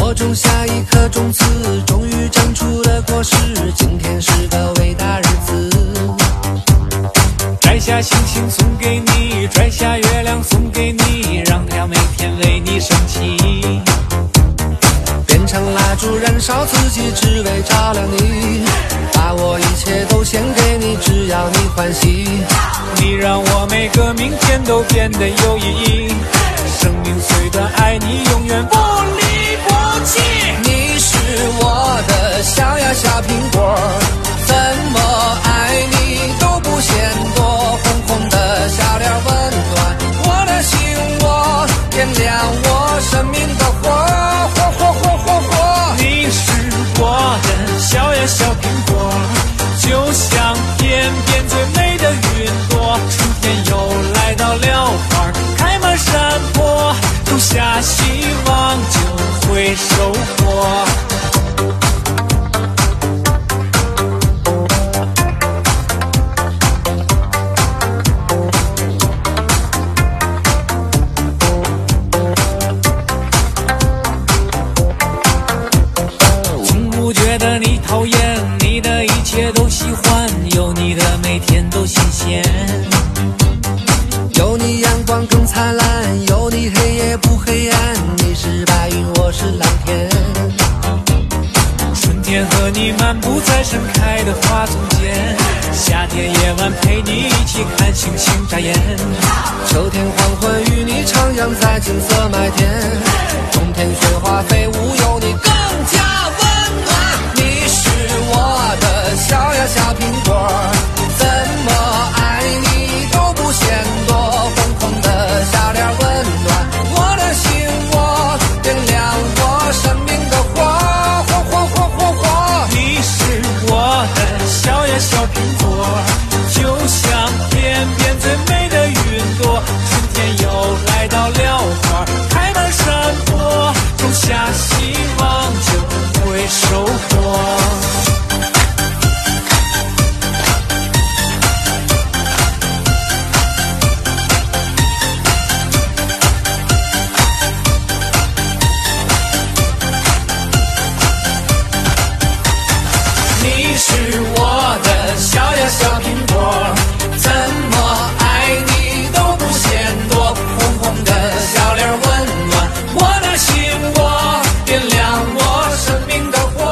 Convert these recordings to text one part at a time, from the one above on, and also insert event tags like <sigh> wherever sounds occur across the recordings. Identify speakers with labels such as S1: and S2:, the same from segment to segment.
S1: 我种下一颗种子，终于长出了果实。今天是个伟大日子，摘下星星送给你，摘下月亮送给你，让它每天为你升起。变成蜡烛燃烧自己，只为照亮你。把我一切都献给你，只要你欢喜。你让我每个明天都变得有意义。生命虽短，爱你永远不离不弃。你是我的小呀小苹果，怎么爱你都不嫌多。红红的小脸温暖我的心窝，点亮我生命的火，火火火火火。你是我的小呀小苹果，就像天边最美的云朵。春天又来到了，花儿开满山坡，种下希望就会收获。竟不觉得你讨厌，你的一切都喜欢，有你的每天都新鲜。有你阳光更灿烂，有你黑夜不黑暗，你是白云，我是蓝天。春天和你漫步在盛开的花丛间，夏天夜晚陪你一起看星星眨眼，秋天黄昏与你徜徉在金色麦田，冬天雪花飞舞有你更加温暖。你是我的小呀小苹果，怎么爱你都不嫌多，红红的小脸温暖我的心窝，点亮我生命的火。火火火火火！你是我的小呀小苹果，就像天边最美的云朵。春天又来到了，花儿开满山坡，种下希望就会收获。你是我的小呀小苹果，怎么爱你都不嫌多。红红的小脸温暖我的心窝，点亮我生命的火，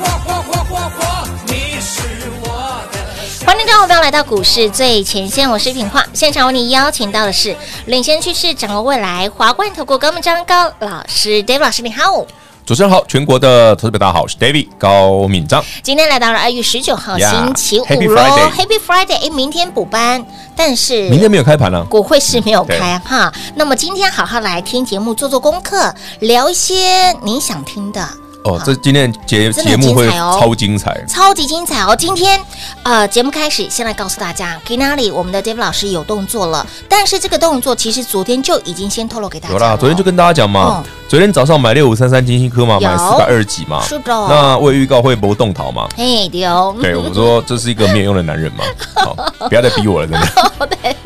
S1: 火火火火火。你是我的。
S2: 欢迎各位朋友来到股市最前线，我是品化。现场为你邀请到的是领先趋势、掌握未来华冠投顾高明章高老师，David 老师，你好。
S3: 主持人好，全国的投资者大家好，我是 David 高敏章。
S2: 今天来到了二月十九号
S3: Yeah，
S2: 星期五
S3: Happy
S2: 喽
S3: Friday
S2: ，Happy Friday！哎，明天补班，但是
S3: 明天没有开盘啊了、
S2: 股会是没有开哈。那么今天好好来听节目，做做功课，聊一些你想听的。
S3: 哦，这今天节
S2: 真的
S3: 节目会
S2: 精彩哦
S3: 超精彩，
S2: 超级精彩哦！今天呃，节目开始，先来告诉大家 k i n a l i 我们的 Dave 老师有动作了，但是这个动作其实昨天就已经先透露给大家
S3: 有
S2: 了。
S3: 啦，昨天就跟大家讲嘛，
S2: 哦嗯
S3: 昨天早上买六五三三金星科嘛，
S2: 有
S3: 买四百二十几嘛，
S2: 是的
S3: 那我也预告会不动逃嘛。
S2: 嘿丢，
S3: <laughs> 对，我说这是一个没有用的
S2: <laughs>
S3: 男人嘛，好，不要再逼我了，真的。 <laughs> 对，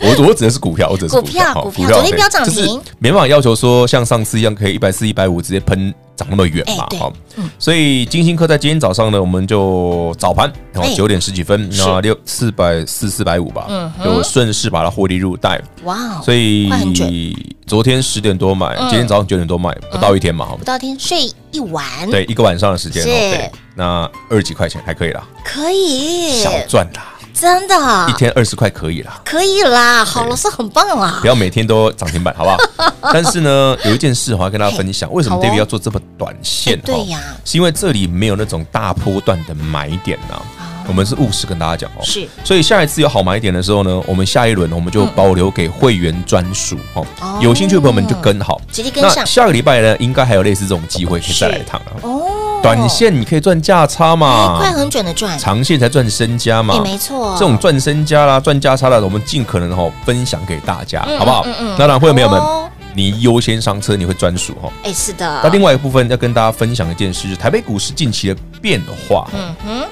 S3: 我我指的是股票，我指的是股票，好
S2: 股票股票昨天
S3: 对
S2: 飙涨停
S3: 就是没办法要求说像上次一样可以一百四、一百五直接喷涨那么远嘛
S2: 哎，对
S3: 好，所以金星科在今天早上呢，我们就早盘，然后
S2: 哎
S3: 九点十几分，
S2: 是嗯
S3: 那六四百四、四百五吧，就顺势把它获利入袋，
S2: 哇哦！
S3: 所
S2: 快很准
S3: 以昨天十点多
S2: 嗯
S3: 买，今天早上九点多买，不到一天嘛，好
S2: 不到天睡一晚，
S3: 对，一个晚上的时间，
S2: 嗯是
S3: 哦对，那二十几块钱还可以啦，
S2: 可以
S3: 小赚啦。
S2: 真的
S3: 一天二十块可以啦，
S2: 可以啦，好老师很棒啊啦
S3: 不，要每天都涨停板，好不
S2: <laughs>
S3: 好？但是呢，有一件事我要跟大家分享，为什么
S2: 好哦
S3: David 要做这么短线？
S2: 哎对
S3: 哦
S2: 呀
S3: 是因为这里没有那种大波段的买点呐。啊我们是务实跟大家讲哦。
S2: 哦是，
S3: 所以下一次有好买点的时候呢，我们下一轮我们就保留给会员专属哦
S2: 哦。
S3: 有兴趣的朋友们就跟好，
S2: 直哦接跟
S3: 那
S2: 上
S3: 下个礼拜呢，应该还有类似这种机会可以再来一趟啊。
S2: 哦，
S3: 短线你可以赚价差
S2: 哎
S3: 嘛
S2: 快，很哎准的赚，
S3: 长线才赚身家嘛
S2: 也。没错，
S3: 这种赚身家啦、赚价差啦，我们尽可能哦分享给大家，
S2: 嗯
S3: 好不好
S2: 嗯嗯嗯？
S3: 那然，会员朋友
S2: 哦
S3: 们，你优先上车，你会专属哦。
S2: 哎是的，
S3: 那另外一部分要跟大家分享一件事，就是台北股市近期的变化。
S2: 嗯哼，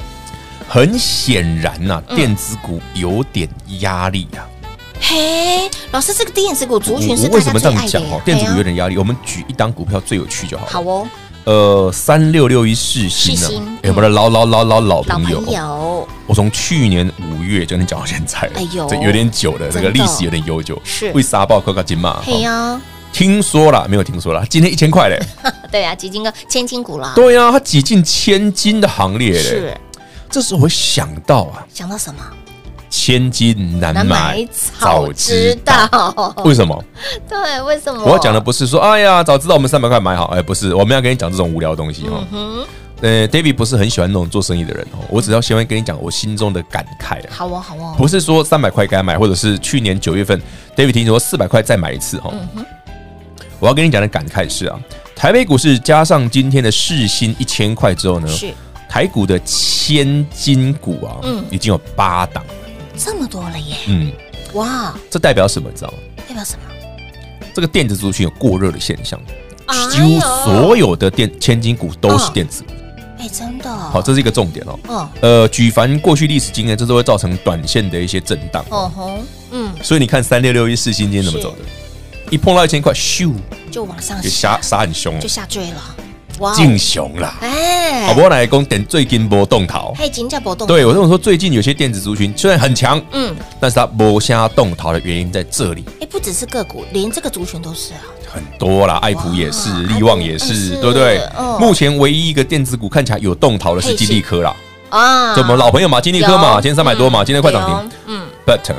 S3: 很显然呐、电子股有点压力啊。
S2: 嘿，老师这个电子股族群是
S3: 我为什么这
S2: 大家最
S3: 样讲
S2: 爱的
S3: 哦
S2: 耶？
S3: 电子股有
S2: 哎呀
S3: 点压力，我们举一档股票最有趣就好了。
S2: 好哦，
S3: 呃，三六六一世新
S2: 世
S3: 呢
S2: 芯，
S3: 有没有老老老老老
S2: 老
S3: 朋
S2: 朋
S3: 友？
S2: 友
S3: 我从去年五月就跟你讲到现在了，
S2: 哎呦
S3: 这有点久了，这
S2: 真
S3: 个
S2: 的
S3: 历史有点悠久。
S2: 是
S3: 为啥报科高金嘛？哦
S2: 嘿呀，
S3: 听说啦，没有听说啦，今天一千块嘞。
S2: 对啊，基金哥千金股了，
S3: 对呀、啊，它挤进千金的行列嘞。
S2: 是
S3: 这时候我想到啊，
S2: 想到什么？
S3: 千金难
S2: 难
S3: 买
S2: 买
S3: 早
S2: 早知
S3: 知道。
S2: 道，哦
S3: 为什么？
S2: <laughs> 对，为什么？
S3: 我要讲的不是说，哎呀，早知道我们三百块买好，哎，不是，我们要跟你讲这种无聊东西哦。
S2: 嗯
S3: 呃，David 不是很喜欢那种做生意的人哦，我只要先会跟你讲我心中的感慨
S2: 哼，
S3: 啊，
S2: 好哦，好哦，
S3: 不是说三百块该买，或者是去年九月份 David 听说四百块再买一次哦。
S2: 嗯
S3: 我要跟你讲的感慨是啊，台北股市加上今天的市新一千块之后呢，
S2: 是
S3: 台股的千金股啊，
S2: 嗯
S3: 已经有八档了，
S2: 这么多了耶！
S3: 嗯，
S2: 哇，
S3: 这代表什么？你知道吗？
S2: 代表什么？
S3: 这个电子族群有过热的现象，几
S2: 哎
S3: 乎
S2: 呦
S3: 所有的电千金股都是
S2: 嗯
S3: 电子股。
S2: 哎，真的
S3: 好，
S2: 好
S3: 这是一个重点哦。
S2: 哦
S3: 呃，举凡过去历史经验，这都会造成短线的一些震荡。
S2: 哦吼，嗯，
S3: 所以你看三六六一四星今天怎么走的？一碰到一千块，咻，
S2: 就往上
S3: 就杀杀很凶哦
S2: 啊就，下坠了，哇哦，
S3: 进熊啦。
S2: 哎，
S3: 好，我来攻等最近波动逃。
S2: 嘿，金价波动，
S3: 对我这么说，最近有些电子族群虽然很强，
S2: 嗯，
S3: 但是它波虾动逃的原因在这里
S2: 哎，不只是个股，连这个族群都是啊，
S3: 很多啦，爱普也是，力旺也
S2: 爱普也
S3: 是，
S2: 哎是
S3: 对不对
S2: 嗯？
S3: 目前唯一一个电子股看起来有动逃的是
S2: 嘿
S3: 金
S2: 是
S3: 利科啦，
S2: 啊，
S3: 怎么老朋友嘛，金利科嘛，
S2: 有
S3: 今天三百多嘛，
S2: 嗯
S3: 今天快涨停
S2: 有嗯，
S3: ，but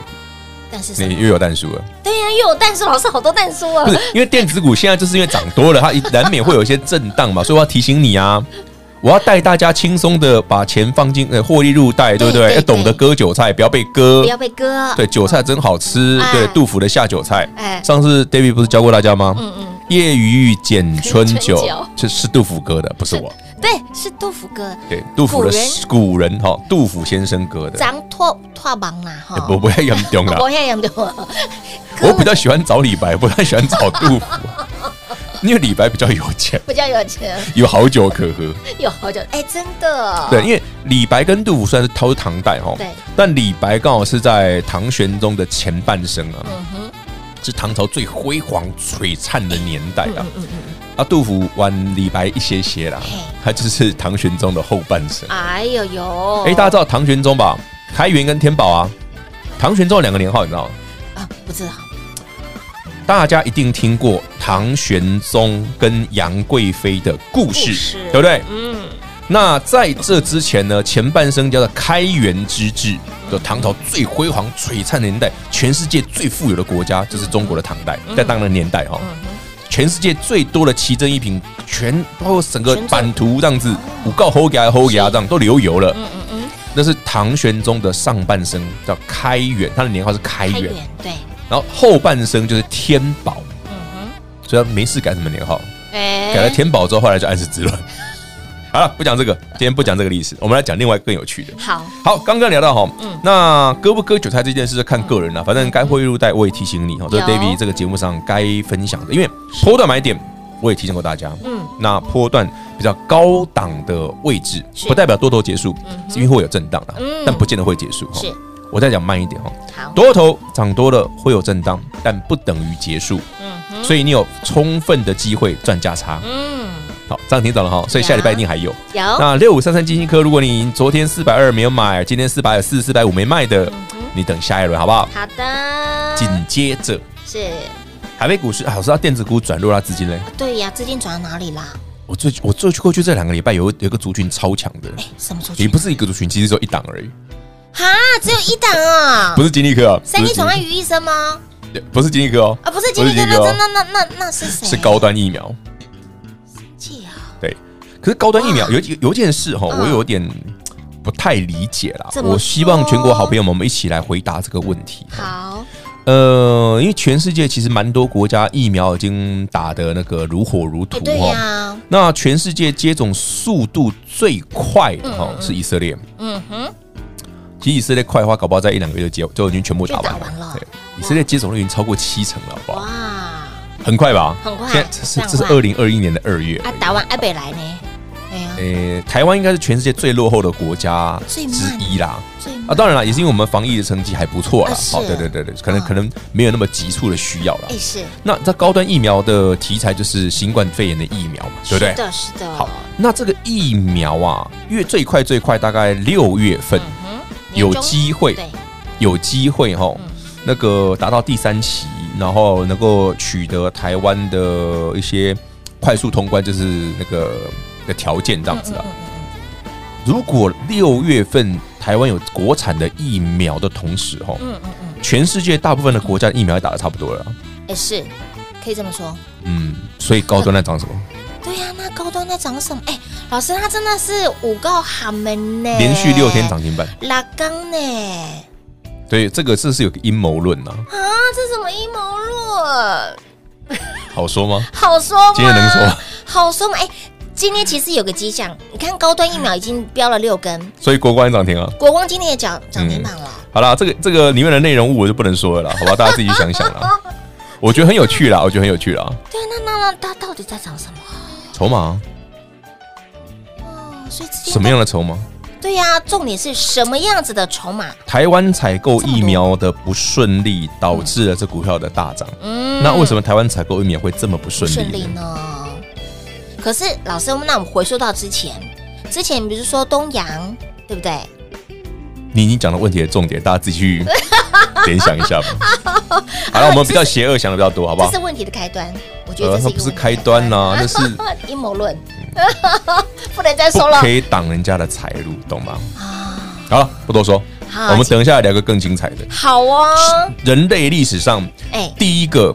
S2: 但是什
S3: 你
S2: 么？
S3: 又有蛋数了。
S2: 对呀，又有蛋数，老师好多蛋数啊
S3: 不，是，因为电子股现在就是因为涨多了，它一难免会有一些震荡嘛，所以我要提醒你啊， <laughs> 我要带大家轻松的把钱放进呃获利入袋，对不
S2: 对
S3: 对？
S2: 对
S3: 要懂得割韭菜，不要被割
S2: 不。要被割，
S3: 对，韭菜真好吃
S2: 哎。
S3: 对，杜甫的下酒菜
S2: 哎。
S3: 上次 David 不是教过大家吗？
S2: 嗯嗯，
S3: 夜雨剪春
S2: 春
S3: 酒
S2: 酒，
S3: 这是杜甫歌的，不是我。
S2: 对，是杜甫哥，
S3: 对，杜甫的
S2: 古人
S3: 古人哈，杜甫先生歌的。
S2: 张拓拓忙啦哈
S3: 哎，不不要严重啦，
S2: <laughs> 我也养的我，
S3: 我比较喜欢找李白，不太喜欢找杜甫，因为李白比较有钱，
S2: 比较有钱，
S3: 有好酒可喝。
S2: 有好久，哎，真的，
S3: 对，因为李白跟杜甫虽然是都是唐代哈，
S2: 对
S3: 但李白刚好是在唐玄宗的前半生啊，
S2: 嗯哼，
S3: 是唐朝最辉煌璀璨的年代啊。
S2: 嗯嗯嗯，哎
S3: 啊，杜甫晚李白一些些啦
S2: 嘿，
S3: 他就是唐玄宗的后半生。
S2: 哎呦呦，
S3: 哎，大家知道唐玄宗吧？开元跟天宝啊，唐玄宗有两个年号你知道吗？
S2: 啊，不知道，
S3: 大家一定听过唐玄宗跟杨贵妃的故事，
S2: 故事
S3: 对不对？
S2: 嗯，
S3: 那在这之前呢，前半生叫做开元之治，
S2: 嗯
S3: 就唐朝最辉煌璀璨的年代，全世界最富有的国家就是中国的唐代，
S2: 嗯
S3: 在当然年代哈、全世界最多的奇珍异品，全包括整个
S2: 全中
S3: 版图这样子，五告侯牙侯牙这样都流油了。
S2: 嗯嗯
S3: 那是唐玄宗的上半生叫开元，他的年号是开
S2: 嗯，
S3: 元，
S2: 开远，对，
S3: 然后后半生就是天宝，所以他没事改什么年号，
S2: 哎
S3: 改了天宝之后，后来就安史之乱。 <laughs> 好了，不讲这个，今天不讲这个历
S2: 嗯
S3: 史，我们来讲另外更有趣的。
S2: 好，
S3: 好，刚刚聊到哈，
S2: 嗯
S3: 那割不割韭菜这件事就看个人了、反正该汇入带我也提醒你哈，这是
S2: 有
S3: David 这个节目上该分享的，因为波段买点我也提醒过大家，
S2: 嗯
S3: 嗯，那波段比较高档的位置，
S2: 是
S3: 不代表多头结束，因为会有震荡啦，
S2: 嗯
S3: 但不见得会结束哈
S2: 是。
S3: 我再讲慢一点哈，
S2: 好，
S3: 多头涨多了会有震荡，但不等于结束，
S2: 嗯哼，
S3: 所以你有充分的机会赚价差。
S2: 嗯，
S3: 好，这样挺早了哈，所以下礼拜一定还有。
S2: 有，
S3: 那六五三三金星科，如果你昨天四百二没有买，今天四百四、四百五没卖
S2: 嗯
S3: 的，你等下一轮好不好？
S2: 好的，
S3: 紧接着
S2: 是，
S3: 海北股市，啊，我知道电子股转弱啦，资金嘞。
S2: 对呀，资金转到哪里啦？
S3: 我最我最过去这两个礼拜有有一个族群超强的，
S2: 哎，什么族
S3: 也
S2: 群？
S3: 不是一个族群，其实只有一档而已，
S2: 哈，只有一档啊，
S3: 不是金利科啊，
S2: 三
S3: 不
S2: 一
S3: 是金
S2: 宠爱于一身吗？
S3: 对不是金利科哦，
S2: 啊，不是今天
S3: 不是金利
S2: 那
S3: 科哦
S2: 那那那那那是谁？
S3: 是高端疫苗。
S2: 记啊，
S3: 对，可是高端疫苗
S2: 哇
S3: 有有有件事哈，
S2: 嗯
S3: 我有点。不不太理解啦
S2: 怎。么
S3: 我希望全国好朋友们，我们一起来回答这个问题。
S2: 好，
S3: 呃，因为全世界其实蛮多国家疫苗已经打得那个如火如荼
S2: 哎，对
S3: 哦
S2: 呀，
S3: 那全世界接种速度最快的哈、是以色列，
S2: 嗯哼，
S3: 其实以色列快的话，搞不好在一两个月就接就已经全部打完
S2: 就打完了
S3: 对，以色列接种率已经超过七成了，好不好？
S2: 哇，
S3: 很快吧？
S2: 很快
S3: 现在这是
S2: 非常
S3: 这是
S2: 快
S3: 二零二一年的二月。
S2: 啊，打完阿北来呢，哎呀，
S3: 诶，台湾应该是全世界最落后的国家
S2: 最
S3: 之
S2: 慢
S3: 一啦。
S2: 最
S3: 啊，
S2: 慢
S3: 当然啦，也是因为我们防疫的成绩还不错啦
S2: 啊。是
S3: 哦，对对对对，可能
S2: 嗯
S3: 可能没有那么急促的需要啦。
S2: 哎是，
S3: 那这高端疫苗的题材就是新冠肺炎的疫苗嘛，对不对
S2: 是？的，是的，
S3: 好，那这个疫苗啊，越最快最快大概六月份
S2: 嗯哼，
S3: 有
S2: 年终
S3: 机会
S2: 对，
S3: 有机会哈，
S2: 嗯
S3: 那个达到第三期，然后能够取得台湾的一些快速通关，就是那个的条件这样子啊。
S2: 嗯
S3: 如果六月份台湾有国产的疫苗的同时，哈，
S2: 嗯嗯嗯，
S3: 全世界大部分的国家的疫苗也打得差不多了啊，
S2: 哎是，可以这么说。
S3: 嗯，所以高端在
S2: <laughs>
S3: 涨什么？
S2: 对呀、那高端在涨什么？哎、老师，他真的是五告寒门呢，
S3: 连续六天涨停板，
S2: 拉缸呢？
S3: 对，这个这是有个阴谋论呐，
S2: 啊，这什么阴谋论？
S3: 好说吗？
S2: 好说吗？
S3: 今天能说吗
S2: 好说吗？哎、今天其实有个迹象，你看高端疫苗已经飙了六根，
S3: 所以国光也涨停啊。
S2: 国光今天也涨涨
S3: 嗯
S2: 停板了。
S3: 好啦，这个这个里面的内容物我就不能说了啦，好吧，大家自己去想一想
S2: <laughs>
S3: 啦。我觉得很有趣啦，我觉得很有趣啦，
S2: 对，啊那那那它到底在涨什么？
S3: 筹码
S2: 哦，所以
S3: 什么样？的筹码？
S2: 对呀、重点是什么样子的筹码？
S3: 台湾采购疫苗的不顺利，导致了这股票的大涨。
S2: 嗯
S3: 那为什么台湾采购疫苗会这么不顺
S2: 顺
S3: 利
S2: 利
S3: 呢？
S2: 呢？可是老师，那我们回溯到之前，之前比如说东阳，对不对？
S3: 你已经讲了问题的重点，大家自己去联想一下吧。
S2: <laughs>
S3: 好了，我们比较邪恶，想的比较多，好不
S2: 这
S3: 好
S2: 是？问题的开端，我觉
S3: 呃
S2: 得这是
S3: 那
S2: 一个
S3: 不是
S2: 问题的
S3: 开
S2: <laughs>
S3: 端呐那是
S2: 阴谋论，
S3: <laughs>
S2: 不能再
S3: 不
S2: 说了
S3: 可。以挡人家的财路，懂吗？
S2: 啊
S3: 好了，不多说，
S2: 好
S3: 我们等一下聊个更精彩的。
S2: 好哦，
S3: 人类历史上
S2: 哎
S3: 第一个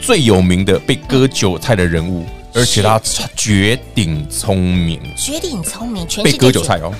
S3: 最有名的被割韭菜的人物，而且他绝顶聪明，
S2: 绝顶聪明，全
S3: 被
S2: 世界
S3: 割
S2: 绝
S3: 韭菜哦。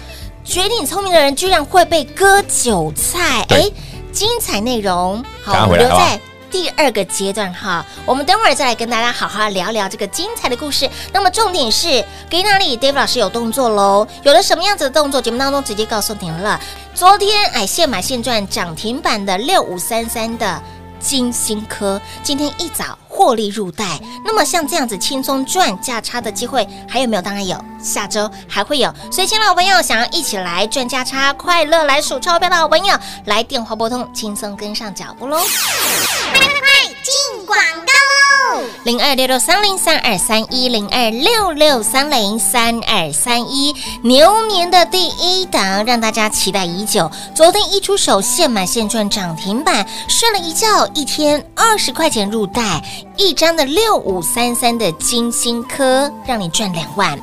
S2: 绝顶聪明的人居然会被割韭菜，
S3: 对
S2: 哎，精彩内容，
S3: 赶快
S2: 我们
S3: 回来
S2: 留
S3: 好不
S2: 在
S3: 好。
S2: 第二个阶段哈，我们等会儿再来跟大家好好聊聊这个精彩的故事。那么重点是，给哪里 Dave 老师有动作喽？有了什么样子的动作？节目当中直接告诉您了。昨天哎，现买现赚涨停板的六五三三的金星科，今天一早获利入袋。那么像这样子轻松赚价差的机会还有没有？当然有，下周还会有。所以，亲爱的好朋友，想要一起来赚价差、快乐来数钞票的好朋友，来电话拨通，轻松跟上脚步喽。零二六六三零三二三一零二六六三零三二三一牛年的第一档，让大家期待已久。昨天一出手，现买现赚涨停板，睡了一觉，一天二十块钱入袋，一张的六五三三的金星科，让你赚两万。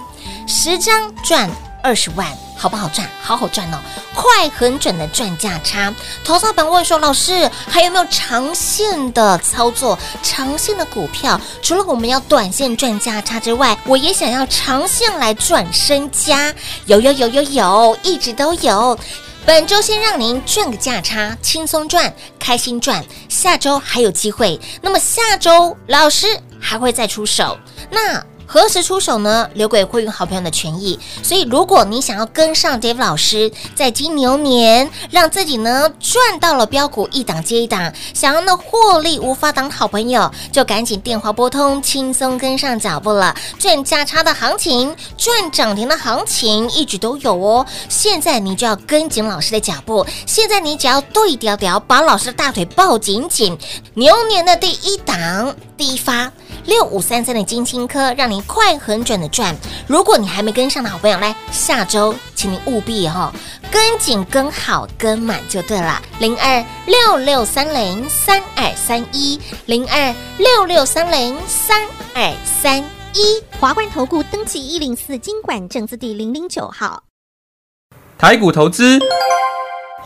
S2: 十张赚二十万，好不好赚？好好赚哦，快很准的赚价差。投资本问说，老师还有没有长线的操作？长线的股票，除了我们要短线赚价差之外，我也想要长线来赚身家。有有有有有，一直都有。本周先让您赚个价差，轻松赚，开心赚。下周还有机会，那么下周老师还会再出手。那何时出手呢？留给会员好朋友的权益。所以，如果你想要跟上 Dave 老师，在金牛年让自己呢赚到了标股一档接一档，想要呢获利无法挡的好朋友，就赶紧电话拨通，轻松跟上脚步了。赚价差的行情，赚涨停的行情，一直都有哦。现在你就要跟紧老师的脚步，现在你只要对调调，把老师的大腿抱紧紧。牛年的第一档第一发。六五三三的金星科，让您快很准的赚。如果你还没跟上的好朋友，来下周，请您务必哈、哦、跟紧、跟好、跟满就对了。零二六六三零三二三一，零二六六三零三二三一。
S4: 华冠投顾登记一零四经管证字第零零九号。
S5: 台股投资，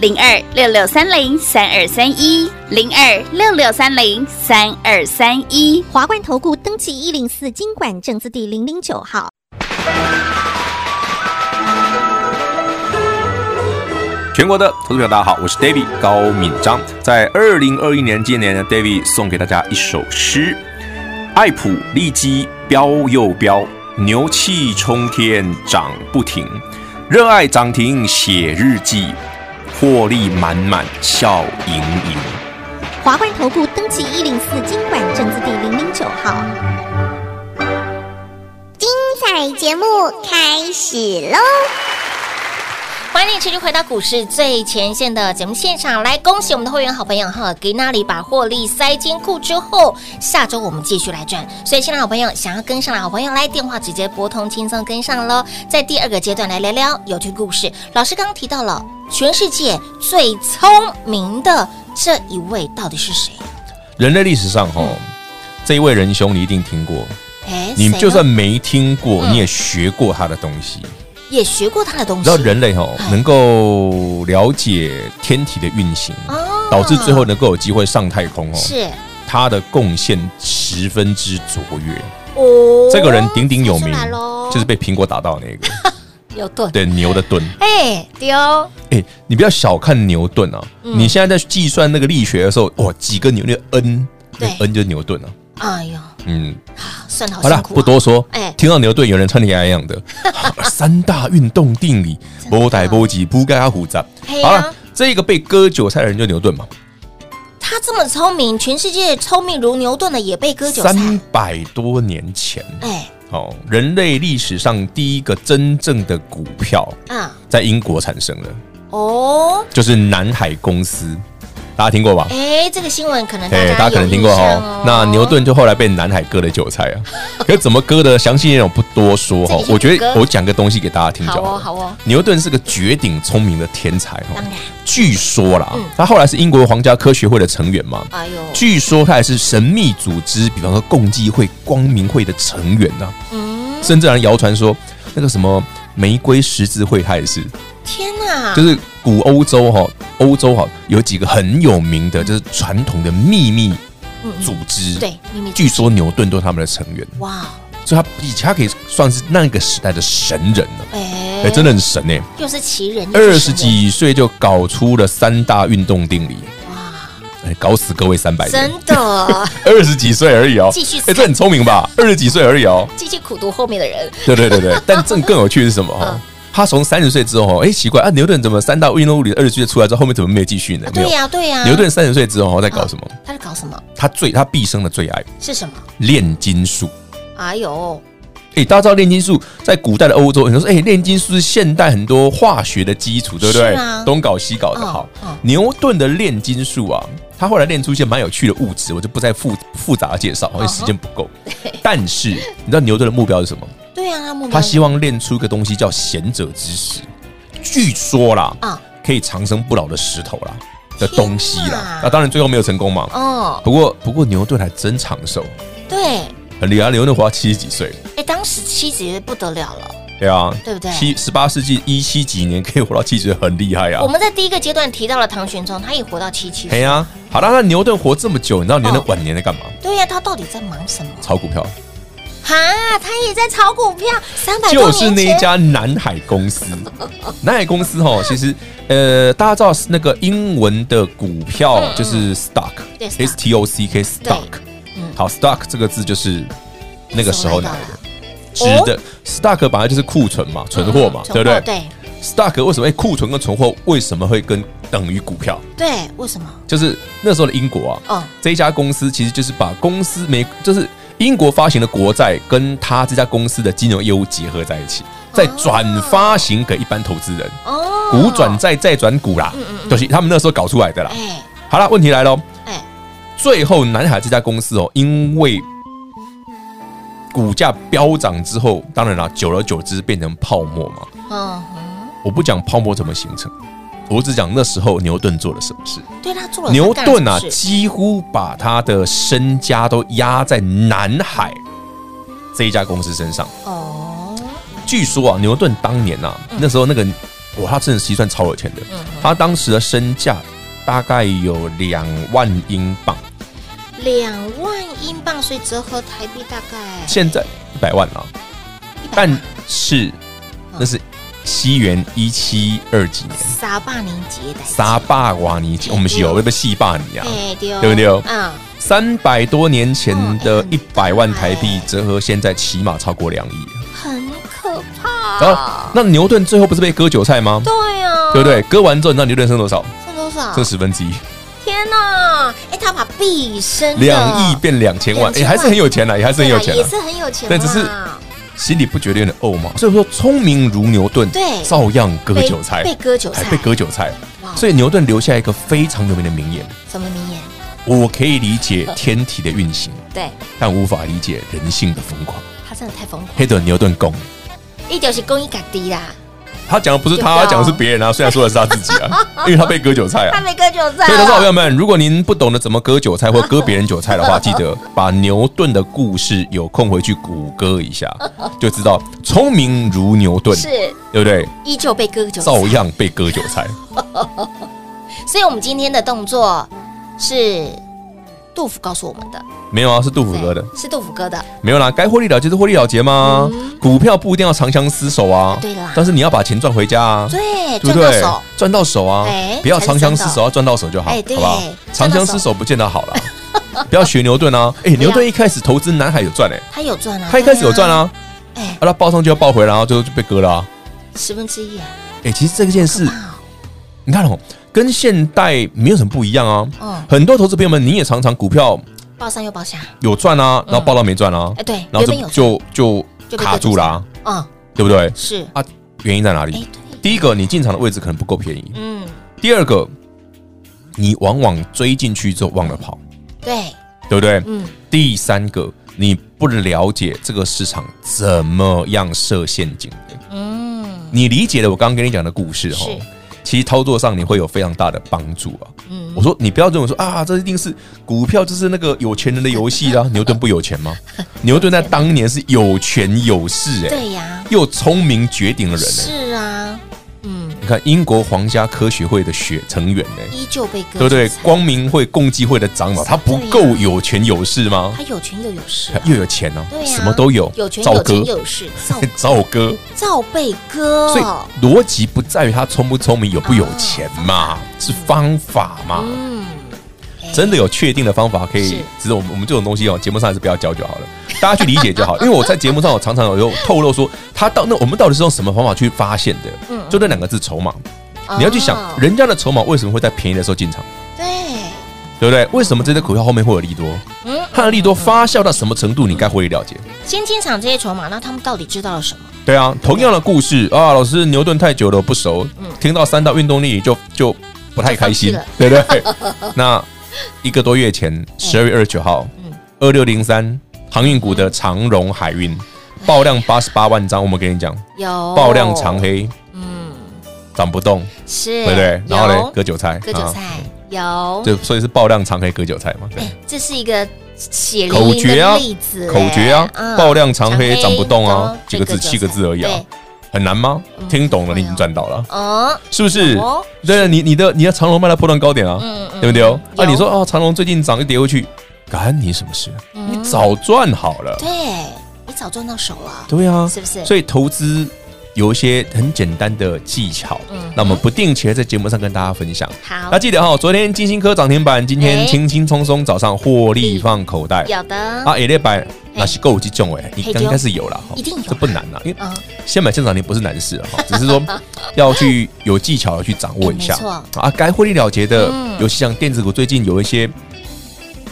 S6: 零二六六三零三二三一零二六六三零三二三一。
S2: 华冠投顾登记一零四经管证字第零零九号。
S3: 全国的投资朋友，大家好，我是 David 高敏章。在二零二一年今年呢，David 送给大家一首诗：爱普利基飙又飙，牛气冲天涨不停，热爱涨停写日记，获利满满笑盈盈。
S2: 华冠投顾登记一零四经管证字第零零九号。
S7: 精彩节目开始喽！
S8: 欢迎你持续回到股市最前线的节目现场，来恭喜我们的会员好朋友哈，给那里把获利塞金库之后，下周我们继续来赚。所以，亲爱的好朋友，想要跟上来，好朋友来电话直接拨通，轻松跟上喽。在第二个阶段来聊聊有趣故事。老师刚刚提到了全世界最聪明的这一位到底是谁？
S3: 人类历史上
S8: 嗯
S3: 哈，这一位仁兄你一定听过，
S8: 哎，
S3: 你
S8: 谁呢
S3: 就算没听过，
S8: 嗯
S3: 你也学过他的东西。
S8: 也学过他的东
S3: 你
S8: 西，
S3: 知道人类哦
S8: 哎，
S3: 能够了解天体的运行，
S8: 哦
S3: 导致最后能够有机会上太空哦，
S8: 是
S3: 他的贡献十分之卓越。
S8: 哦
S3: 这个人鼎鼎有
S8: 说
S3: 名
S8: 出来咯，
S3: 就是被苹果打到那个， <laughs>
S8: 牛顿，
S3: 对牛的盾。
S8: 哎，丢、
S3: 哎，你不要小看牛顿啊！
S8: 嗯
S3: 你现在在计算那个力学的时候，哇，几个牛那个 n，那
S8: 对
S3: 个 n 就是牛顿啊。
S8: 哎呦，
S3: 嗯，
S8: 算的好
S3: 好
S8: 辛
S3: 啦，
S8: 苦、啊，
S3: 不多说。
S8: 哎
S3: 听到牛顿有人穿你一样
S8: <laughs>
S3: 的三大运动定理，
S8: 真的
S3: 波带波及，不该胡杂
S8: 嘿。呀
S3: 好了，这个被割韭菜的人就牛顿嘛，
S8: 他这么聪明，全世界聪明如牛顿的也被割韭菜。
S3: 三百多年前，
S8: 哎，
S3: 哦，人类历史上第一个真正的股票
S8: 啊，
S3: 在英国产生了，
S8: 哦，
S3: 就是南海公司，大家听过吧？
S8: 哎，这个新闻可能大
S3: 哎、
S8: 家
S3: 大家可能
S8: 有
S3: 听过
S8: 印象
S3: 哦。那牛顿就后来被南海割了韭菜啊，可是怎么割的，详细内容不多说
S8: 这
S3: 哈
S8: <laughs> 里。是
S3: 我觉
S8: 割
S3: 得我讲个东西给大家听就
S8: 好
S3: 好了。
S8: 哦，好哦，
S3: 牛顿是个绝顶聪明的天才
S8: 当
S3: 哈
S8: 然，
S3: 据说啦
S8: 嗯，
S3: 他后来是英国皇家科学会的成员嘛。
S8: 哎呦，
S3: 据说他也是神秘组织，比方说共济会、光明会的成员呐、
S8: 嗯，
S3: 甚至有人谣传说，那个什么玫瑰十字会，他也是，
S8: 天哪，
S3: 就是古欧洲哈，欧洲哈有几个很有名的，就是传统的秘密组织。
S8: 嗯对，秘密，
S3: 据说牛顿都是他们的成员，
S8: 哇，
S3: 所以他以前他可以算是那个时代的神人了。
S8: 哎
S3: 哎、真的很神哎、
S8: 又是奇人，又
S3: 二
S8: 是
S3: 十
S8: 神人，
S3: 几岁就搞出了三大运动定理，
S8: 哇，
S3: 哎，搞死各位三百人。
S8: 真的 <laughs>
S3: 二十几岁而已哦，
S8: 继续
S3: 哎、这很聪明吧？二十几岁而已
S8: <laughs>
S3: 哦，
S8: 继续苦读后面的人，
S3: 对对对对，但这更有趣的是什么？
S8: 嗯
S3: 哦，他从三十岁之后，哎，奇怪啊，牛顿怎么三大运动物理二十岁出来之后，后面怎么没有继续呢？ <laughs> 没有
S8: 对，呀，对呀，
S3: 牛顿三十岁之后在搞什么？
S8: 他在搞什么？
S3: 他最他毕生的最爱
S8: 是什么？
S3: 炼金术。
S8: 哎呦，
S3: 哎，大家知道炼金术在古代的欧洲，很多说哎，炼金术是现代很多化学的基础，对不对
S8: 是啊？
S3: 东搞西搞的
S8: 嗯
S3: 好
S8: 嗯。
S3: 牛顿的炼金术啊，他后来炼出一些蛮有趣的物质，我就不再复复杂介绍，因为时间不够。但是你知道牛顿的目标是什么？
S8: 对啊，他嗯目标
S3: 他希望练出一个东西叫贤者之石，据说啦，
S8: 啊，
S3: 可以长生不老的石头啦的东西
S8: 天
S3: 啦
S8: 哪。
S3: 那当然最后没有成功嘛。
S8: 哦，
S3: 不过不过牛顿还真长寿，
S8: 对，
S3: 很厉害。牛顿活到七十几岁，
S8: 哎，当时妻子也不得了了。
S3: 对啊，
S8: 对不对
S3: 七十八世纪一七几年可以活到七十，很厉害啊
S8: 我。们在第一个阶段提到了唐玄宗，他也活到七七
S3: 嘿
S8: 岁。
S3: 呀、好啦，那牛顿活这么久，你知道牛
S8: 哦
S3: 顿晚年在干嘛？
S8: 对呀、他到底在忙什么？
S3: 炒股票，
S8: 哈，他也在炒股票，三百多
S3: 就是
S8: 年
S3: 那一
S8: 前，
S3: 家南海公
S8: <laughs>
S3: 司。南海公司哈，其实呃，大家知道是那个英文的股
S8: 嗯
S3: 票
S8: 嗯
S3: 就是 stock，
S8: 对
S3: S T O C K stock
S8: 嗯。
S3: 好，stock 这个字就是那个时候拿的，值
S8: 手拿到
S3: 的 stock 本来就是库存嘛，存货
S8: 嗯
S3: 嘛，对不对？
S8: 对
S3: stock 为什么会库存跟存货为什么会跟等于股票？
S8: 对，为什么？
S3: 就是那时候的英国啊，
S8: 哦，
S3: 这一家公司其实就是把公司美，就是英国发行的国债跟他这家公司的金融业务结合在一起，再转发行给一般投资人，
S8: 哦，嗯
S3: 股转，债再转股啦，就是他们那时候搞出来的啦。
S8: 哎
S3: 好啦，问题来喽，
S8: 哎，
S3: 最后南海这家公司哦，因为股价飙涨之后，当然啦，久而久之变成泡沫嘛。
S8: 嗯，
S3: 我不讲泡沫怎么形成，我只讲那时候牛顿做了什么事。
S8: 对他做了
S3: 牛
S8: 他干了
S3: 顿啊
S8: 什，么事
S3: 几乎把他的身家都压在南海这一家公司身上。
S8: 哦，
S3: 据说啊，牛顿当年啊，
S8: 嗯
S3: 那时候那个哇，他真的是算超有钱的，他当时的身价大概有两万英镑，
S8: 两万英镑，所以折合台币大概
S3: 现在一百万了、
S8: 100
S3: 但是
S8: 嗯
S3: 那是西元一七二几年，
S8: 沙巴宁杰的
S3: 沙巴瓦尼，
S8: 嗯
S3: 我们是有那个戏霸你啊，
S8: 哎丢
S3: 对不对
S8: 嗯，
S3: 三百多年前的一百万台币
S8: 嗯，
S3: 折合现在起码超过两亿。
S8: 很可怕。
S3: 然后，那牛顿最后不是被割韭菜吗？
S8: 啊对啊，
S3: 对不对？割完之后，你知道牛顿剩多少？
S8: 剩多少？
S3: 剩十分之一，
S8: 天哪！哎，他把毕生的
S3: 两亿变两千万，
S8: 2000
S3: 哎，还是很有钱啦，也还是很有钱
S8: 啊对啦也
S3: 啦。
S8: 是很有钱啦，啊
S3: 但只是心里不觉得有点怄吗？所以说，聪明如牛顿，
S8: 对
S3: 照样割
S8: 被
S3: 韭菜，
S8: 被割韭
S3: 还
S8: 菜，啊
S3: 被割韭菜。
S8: 哇
S3: 所以牛顿留下一个非常有名的名言：
S8: 什么名言？
S3: 我可以理解天体的运行，
S8: 对
S3: 但无法理解人性的疯狂。
S8: 他真的太疯狂，
S3: 黑的牛顿共。
S8: 一就是公益感低啦，
S3: 他讲的不是他，
S8: 有
S3: 他
S8: 的哦
S3: 讲的是别人啊。虽然说的是他自己啊，
S8: <laughs>
S3: 因为他被割韭菜
S8: 他
S3: 啊。
S8: 被割韭菜
S3: 所以，投资好朋
S8: 了。
S3: 友们，如果您不懂得怎么割韭菜或割别人韭菜的话，记得把牛顿的故事有空回去谷歌一
S8: <laughs>
S3: 下，就知道聪明如牛顿，
S8: 是
S3: 对不对？
S8: 依旧被割韭
S3: 照
S8: 菜，
S3: 样被割韭
S8: <laughs>
S3: 菜。
S8: 所以我们今天的动作是杜甫告诉我们的，
S3: 没有啊，是杜甫哥的，
S8: 对是杜甫哥的，
S3: 没有啦。该获利了结就获利了结嘛。股票不一定要长相厮守啊，
S8: 嗯对啦
S3: 但是你要把钱赚回家啊。对
S8: 对，赚
S3: 不
S8: 到
S3: 对
S8: 手，？
S3: 赚到手啊
S8: 哎！
S3: 不要长相厮
S8: 才是真的
S3: 守，要赚到手就好，
S8: 哎对
S3: 好不好？
S8: 赚
S3: 长
S8: 到手
S3: 相厮守不见得
S8: <laughs>
S3: 好了，不要学牛顿啊！哎，牛顿一开始投资南海有赚哎，
S8: 他有赚啊，
S3: 他一开始有赚
S8: 对啊，
S3: 啊，
S8: 哎
S3: 啊，，他报上就要报回来，然后最后就被割了啊！
S8: 十分之一啊，
S3: 哎，其实这件事，你看哦，跟现代没有什么不一样啊。
S8: 嗯，
S3: 很多投资朋友们，你也常常股票
S8: 报上又报下，
S3: 有赚啊，然后报到没赚啊
S8: 哎，，对，
S3: 然后
S8: 原本有
S3: 就就就
S8: 就被割
S3: 卡住了啊，
S8: 赚，嗯，
S3: 对不对？
S8: 是，
S3: 啊，原因在哪
S8: 哎
S3: 里？，
S8: 对，
S3: 第一个，你进场的位置可能不够便宜，
S8: 嗯，
S3: 第二个，你往往追进去之后忘了跑，
S8: 对，
S3: 对不对？
S8: 嗯，
S3: 第三个，你不了解这个市场怎么样设陷阱的
S8: 嗯，
S3: 你理解了我刚刚跟你讲的故事哈
S8: 是，
S3: 其实操作上你会有非常大的帮助啊。
S8: 嗯
S3: 我说你不要认为说啊，这一定是股票就是那个有钱人的游戏
S8: <laughs>
S3: 啦。牛顿不有钱吗？牛顿在当年是有权有势哎、
S8: 对呀，
S3: 又聪明绝顶的人哎、
S8: 是啊，嗯，
S3: 你看英国皇家科学会的学成员哎、
S8: 依旧被割，
S3: 对不对？光明会、共济会的长老，他不够有权有势吗？
S8: 他有权又有势
S3: 他
S8: 啊，
S3: 又有钱哦、
S8: 对呀，
S3: 什么都有，
S8: 有权
S3: 赵
S8: 有
S3: 哥
S8: 钱哦有势，
S3: <laughs>
S8: 赵
S3: 赵哥，
S8: 赵被割
S3: 所以，逻辑不在于他聪不聪明、有不有钱嘛，是方法嘛。
S8: 哦嗯，
S3: 真的有确定的方法可
S8: 是
S3: 以，只是我们我们这种东西哦，节目上还是不要教就好了，大家去理解就好。
S8: <laughs>
S3: 因为我在节目上我常常有透露说，他到那我们到底是用什么方法去发现的？就那两个字筹码，你要去想
S8: 嗯哦
S3: 人家的筹码为什么会在便宜的时候进场。
S8: 对，
S3: 对不对？为什么这只股票后面会有利多？
S8: 嗯
S3: 它的利多发酵到什么程度，你该获利了解。
S8: 先进场这些筹码，那他们到底知道了什么？
S3: 对啊，同样的故事
S8: 嗯
S3: 啊，老师牛顿太久了我不熟，听到三道运动力就就不太开心
S8: 就放，
S3: 对不对？ <laughs> 那一个多月前，十二月二十九号
S8: 嗯，
S3: 二六零三航运股的长荣海运
S8: 嗯
S3: 爆量八十八万张，我们跟你讲，
S8: 有
S3: 爆量长，黑，
S8: 哦嗯，
S3: 涨不动，
S8: 是，
S3: 对不对？然后
S8: 有
S3: 呢，割韭菜，
S8: 割韭
S3: 啊，
S8: 菜有，
S3: 就所以是爆量长黑割韭菜嘛，对。
S8: 哎，这是一个血淋
S3: 口
S8: 淋
S3: 诀
S8: 的
S3: 啊
S8: 例子，
S3: 口诀啊
S8: 哎，
S3: 爆量长黑
S8: 长
S3: 涨不动啊
S8: 涨，
S3: 几个字
S8: 这
S3: 七个字而已啊
S8: 对，
S3: 很难吗？听懂了你已
S8: 哎
S3: 经
S8: 呦
S3: 赚到了，
S8: 哦，
S3: 是不是
S8: 哦？
S3: 对，啊你你的你的长龙卖到破断高点啊，
S8: 嗯嗯
S3: 对不对哦？
S8: 有
S3: 啊，你说哦，长龙最近涨又跌回去，干你什么事？你早赚好了，
S8: 对你早赚到手了，
S3: 对啊，
S8: 是不是
S3: 所以投资。有一些很简单的技巧，
S8: 嗯
S3: 那么不定期的在节目上跟大家分享。
S8: 好
S3: 那，记得哈、昨天金星科涨停板，今
S8: 哎
S3: 天轻轻松松早上获利放口袋，
S8: 有的，
S3: 啊，A 类版那是够这种哎，你
S8: 嘿哦
S3: 刚应该是有了哈，
S8: 一定有啦
S3: 这不难啦，因为
S8: 嗯
S3: 先买现涨停不是难事哈， <laughs> 只是说要去有技巧的去掌握一下
S8: 哎没错
S3: 啊，该获利了结的
S8: 嗯，
S3: 尤其像电子股最近有一些。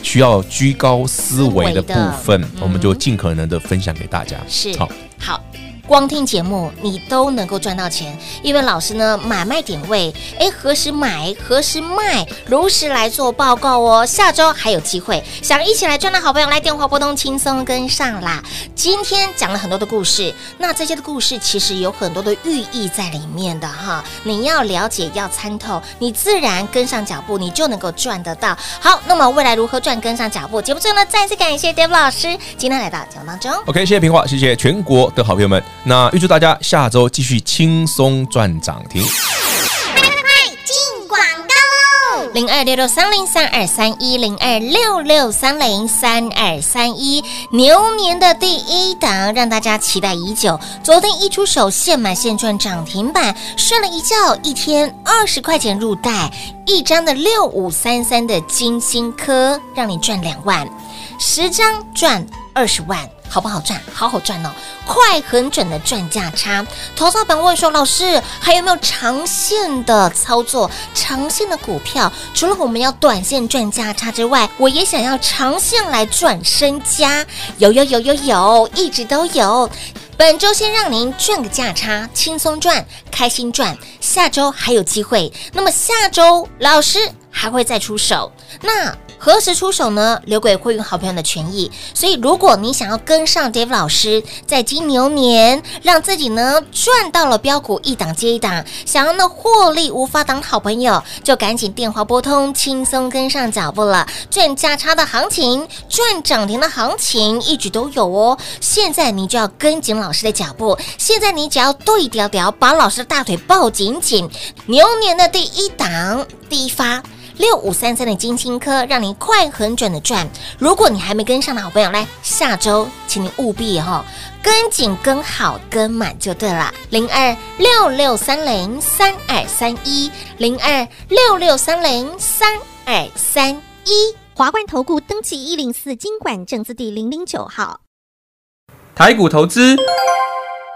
S3: 需要居高思维的部
S8: 思维的嗯
S3: 分，我们就尽可能的分享给大家。
S8: 是
S3: 好，
S8: 好，光听节目你都能够赚到钱，因为老师呢买卖点位，哎，何时买，何时卖，如实来做报告哦。下周还有机会，想一起来赚的好朋友来电话拨通，轻松跟上啦。今天讲了很多的故事，那这些的故事其实有很多的寓意在里面的哈。你要了解，要参透，你自然跟上脚步，你就能够赚得到。好，那么未来如何赚跟上脚步？节目最后呢，再次感谢 Dave 老师今天来到节目当中。
S3: OK，谢谢平话，谢谢全国的好朋友们。那预祝大家下周继续轻松赚涨停。
S9: 进广告喽！
S8: 零二六六三零三二三一零二六六三零三二三一牛年的第一档，让大家期待已久。昨天一出手，现买现赚涨停板，睡了一觉，一天二十块钱入袋，一张的六五三三的金星科，让你赚两万，十张赚二十万。好不好赚？好好赚哦，快很准的赚价差。投资板问说：“老师，还有没有长线的操作？长线的股票，除了我们要短线赚价差之外，我也想要长线来赚身家。有有有有有，一直都有。”本周先让您赚个价差，轻松赚，开心赚。下周还有机会，那么下周老师还会再出手。那何时出手呢？留给会员好朋友的权益。所以，如果你想要跟上 Dave 老师，在金牛年让自己呢赚到了标股一档接一档，想要呢获利无法挡的好朋友，就赶紧电话拨通，轻松跟上脚步了。赚价差的行情，赚涨停的行情一直都有哦。现在你就要跟紧老师的脚步，现在你只要对调调，把老师的大腿抱紧紧。牛年的第一档第一发。六五三三的金星科，让您快很准的赚。如果你还没跟上的好朋友，来下周，请您务必哈、哦、跟紧、跟好、跟满就对了。零二六六三零三二三一，零二六六三零三二三一。
S2: 华冠投顾登记一零四经管证字第零零九号。
S5: 台股投资，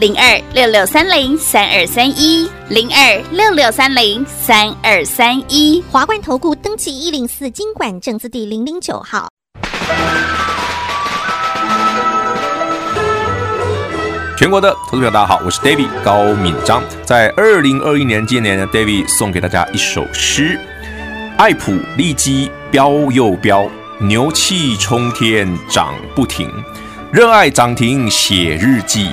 S6: 零二六六三零三二三一零二六六三零三二三一。
S2: 华冠投顾登记一零四经管证字第零零九号。
S3: 全国的投资者大家好，我是 David 高敏章。在二零二一年今年呢，David 送给大家一首诗：爱普利基飙又飙，牛气冲天涨不停，热爱涨停写日记，